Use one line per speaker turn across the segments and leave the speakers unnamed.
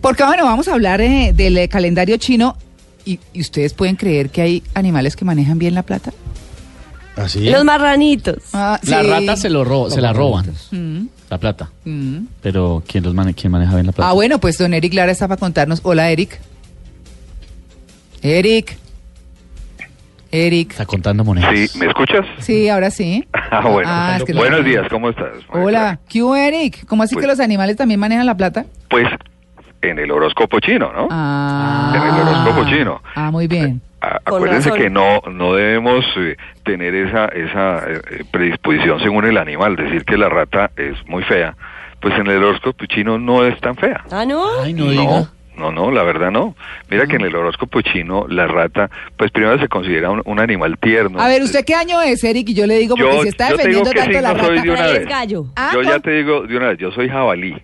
Porque bueno, vamos a hablar eh, del eh, calendario chino y, y ustedes pueden creer que hay animales que manejan bien la plata.
Así.
Los marranitos.
Ah,
Las
sí.
ratas se, lo ro- se la roban,
Mm,
la plata.
mm.
Pero ¿quién, los mane- quién maneja bien la plata?
Ah, bueno, pues don Eric Lara está para contarnos. Hola, Eric. Eric. Eric.
Está contando monedas.
Sí, ¿me escuchas?
Sí, ahora sí.
Ah, bueno.
Ah, es que-
Buenos días, ¿cómo estás?
Hola, ¿qué hubo, Eric? ¿Cómo así
Pues-
que los animales también manejan la plata?
Pues en el horóscopo chino, ¿no?
Ah,
En el horóscopo chino.
Ah, muy bien.
A-
Con
Acuérdense
razón.
que no no debemos eh, tener esa esa eh, eh, predisposición según el animal, decir que la rata es muy fea, pues en el horóscopo chino no es tan fea.
Ah, no.
Ay, no diga.
No, no, la verdad no. Mira que en
Ah.
el horóscopo chino la rata, pues primero se considera un, un animal tierno.
A ver, ¿usted qué año es, Eric? Y yo le digo, porque
Yo-
si está
yo te digo
defendiendo
que
tanto
sí,
la
no soy
rata.
de una
Eres
vez.
gallo.
Ah,
Yo ya
con-
te digo de una vez, yo soy jabalí.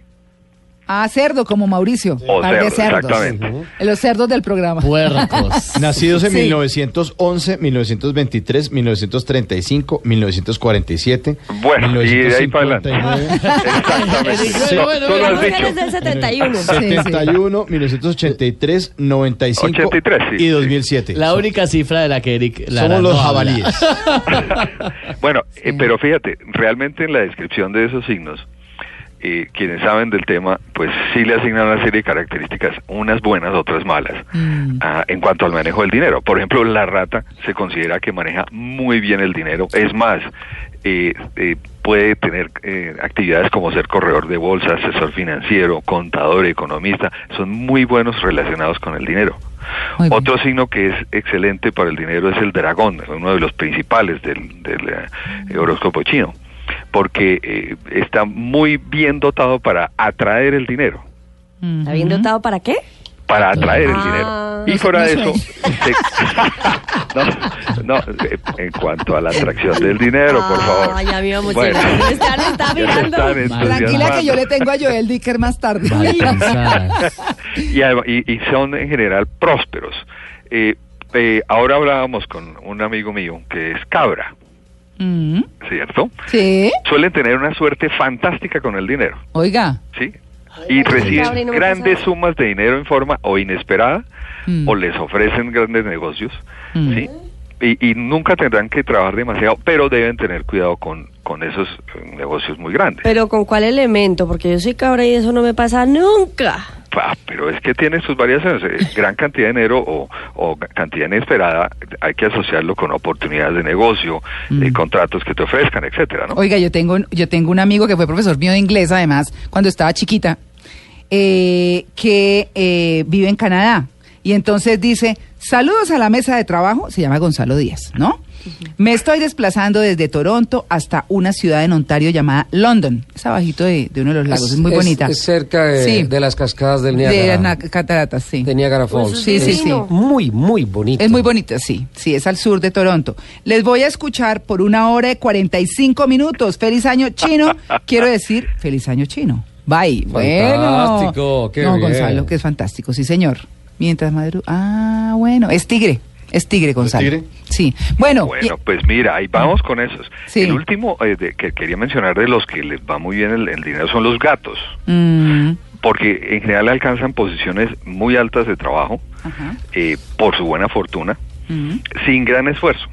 Ah, cerdo, como Mauricio.
O
par de
cerdo,
cerdos.
exactamente.
Los cerdos del programa.
Puercos.
Nacidos en
Sí.
1911, 1923, 1935, 1947.
Bueno, y de ahí para adelante.
1959,
Exactamente.
Sí.
Tú- tú lo has
Las
dicho.
mujeres del 71.
Sí.
71, 1983, 95
83, sí.
y 2007.
La única cifra de la que Eric Lara
Somos los
no habla.
jabalíes.
Bueno, eh, pero fíjate, realmente en la descripción de esos signos, eh, quienes saben del tema, pues sí le asignan una serie de características, unas buenas, otras malas,
Mm.
ah, en cuanto al manejo del dinero. Por ejemplo, la rata se considera que maneja muy bien el dinero. Es más, eh, eh, puede tener eh, actividades como ser corredor de bolsa, asesor financiero, contador, economista. Son muy buenos relacionados con el dinero.
Muy bien.
Otro signo que es excelente para el dinero es el dragón, uno de los principales del, del, eh, horóscopo chino, porque eh, está muy bien dotado para atraer el dinero,
Ujú.
¿Está bien dotado para qué?
para atraer el
Ah.
dinero. Y fuera de eso, se- no, no, eh, en cuanto a la atracción del dinero, por favor.
Ah, ya vimos.
Bueno.
el Están Este está
Ya se
mirando.
están
Tranquila que yo le tengo
entusiasmando.
a Joel Dicker más tarde.
Mal pensadas.
y, adem- y- y son en general prósperos. Eh, eh, ahora hablábamos con un amigo mío que es cabra,
Mm.
¿cierto?
Sí,
suelen tener una suerte fantástica con el dinero,
oiga.
¿sí? Y
Laura, y
reciben
no me
grandes
pasa.
sumas de dinero en forma o inesperada,
Mm.
o les ofrecen grandes negocios,
Mm.
¿sí? Y, y nunca tendrán que trabajar demasiado, pero deben tener cuidado con, con esos eh, negocios muy grandes.
Pero con cuál elemento, porque yo soy cabra y eso no me pasa nunca.
Ah, pero es que tienen sus variaciones. eh, gran cantidad de dinero o, o cantidad inesperada, hay que asociarlo con oportunidades de negocio,
Mm.
eh, contratos que te ofrezcan, etcétera, ¿no?
Oiga, yo tengo, un- yo tengo un amigo que fue profesor mío de inglés, además, cuando estaba chiquita, eh, que eh, vive en Canadá. Y entonces dice, saludos a la mesa de trabajo, se llama Gonzalo Díaz, ¿no? Me estoy desplazando desde Toronto hasta una ciudad en Ontario llamada London. Es abajito de, de uno de los lagos, es, muy bonita.
Es cerca de,
Sí.
de las cascadas del
de
Niágara.
las na- cataratas, sí.
de Niágara
Pues
Falls.
es
Sí, sí, sí.
divino.
Muy, muy bonito.
Es muy bonita, sí. Sí, es al sur de Toronto. Les voy a escuchar por una hora y 45 minutos. Feliz año chino. Quiero decir, feliz año chino. Bye. bueno.
Fantástico, qué
no,
bien.
Gonzalo, que es fantástico, sí, señor. Mientras madru... Ah, bueno. Es tigre. Es tigre, Gonzalo.
tigre?
Sí. Bueno.
Bueno,
y-
pues mira, ahí vamos con esos.
Sí.
El último eh, de- que quería mencionar de los que les va muy bien el, el dinero son los gatos,
Mm,
porque en general alcanzan posiciones muy altas de trabajo
ajá.
eh, por su buena fortuna,
Mm.
sin gran esfuerzo,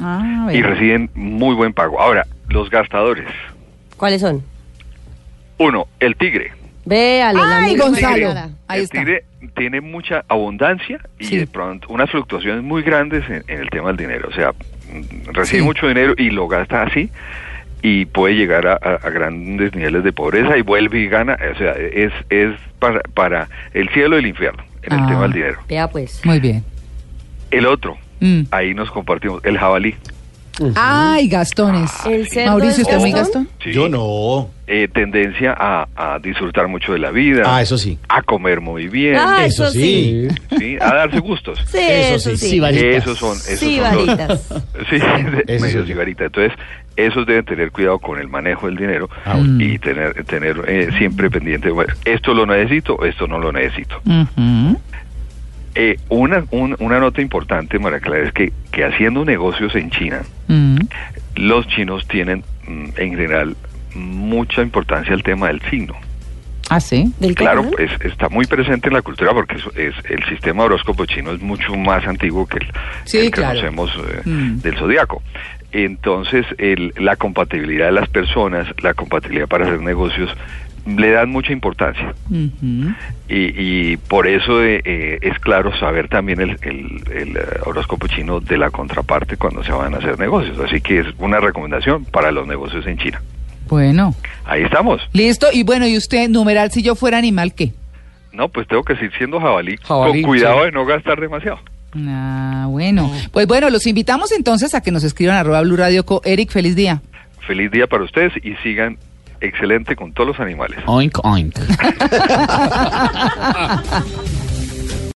Ah,
y
bueno.
reciben muy buen pago. Ahora, los gastadores.
¿Cuáles son?
Uno, el tigre.
Véale. la
Ay,
misma
Gonzalo.
cara.
Ahí
el
está.
tigre tiene mucha abundancia y
Sí.
de pronto unas fluctuaciones muy grandes en, en el tema del dinero. O sea, mm, recibe
Sí.
mucho dinero y lo gasta así y puede llegar a, a- a grandes niveles de pobreza y vuelve y gana. O sea, es, es para, para el cielo y el infierno en el
Ah.
tema del dinero.
Vea pues.
Muy bien.
El otro,
Mm.
ahí nos compartimos, el jabalí.
Ay, Gastones.
¿El cerdo
Mauricio,
es
¿usted es muy
Gastón?
Gastón?
Sí.
Ah, Yo no.
Eh, tendencia a, a disfrutar mucho de la vida,
Ah, eso sí.
a comer muy bien,
Ah, eso sí.
¿sí? a darse gustos.
Sí,
Eso
eso
sí,
sí.
sí, varitas.
Esos son, esos
Sí,
son los-
varitas.
Sí, de-
Eso
medio
sí.
cigarrita. Entonces, esos deben tener cuidado con el manejo del dinero
Ah,
y tener, tener eh, siempre pendiente, bueno, esto lo necesito, esto no lo necesito.
Ujú.
Eh, una, un- una nota importante, María Clara, es que, que haciendo negocios en China,
Mm.
los chinos tienen mm, en general mucha importancia al tema del signo.
Ah, sí.
¿Del
Claro,
canal?
es- está muy presente en la cultura porque es, es- el sistema horóscopo chino es mucho más antiguo que el,
Sí,
el que
claro.
conocemos eh,
Mm.
del zodiaco. Entonces, el- la compatibilidad de las personas, la compatibilidad para hacer negocios, le dan mucha importancia.
Ujú.
Y, y por eso eh, eh, es claro saber también el, el- el, eh, horóscopo chino de la contraparte cuando se van a hacer negocios. Así que es una recomendación para los negocios en China.
Bueno,
Ahí estamos.
listo. Y bueno, y usted, numeral, si yo fuera animal, ¿qué?
No, pues tengo que seguir siendo jabalí,
Jabalí,
con cuidado
sí.
de no gastar demasiado.
Ah, bueno. Pues bueno, los invitamos entonces a que nos escriban arroba Blue Radio Co. Eric, feliz día.
Feliz día para ustedes y sigan excelente con todos los animales.
Oink, oink.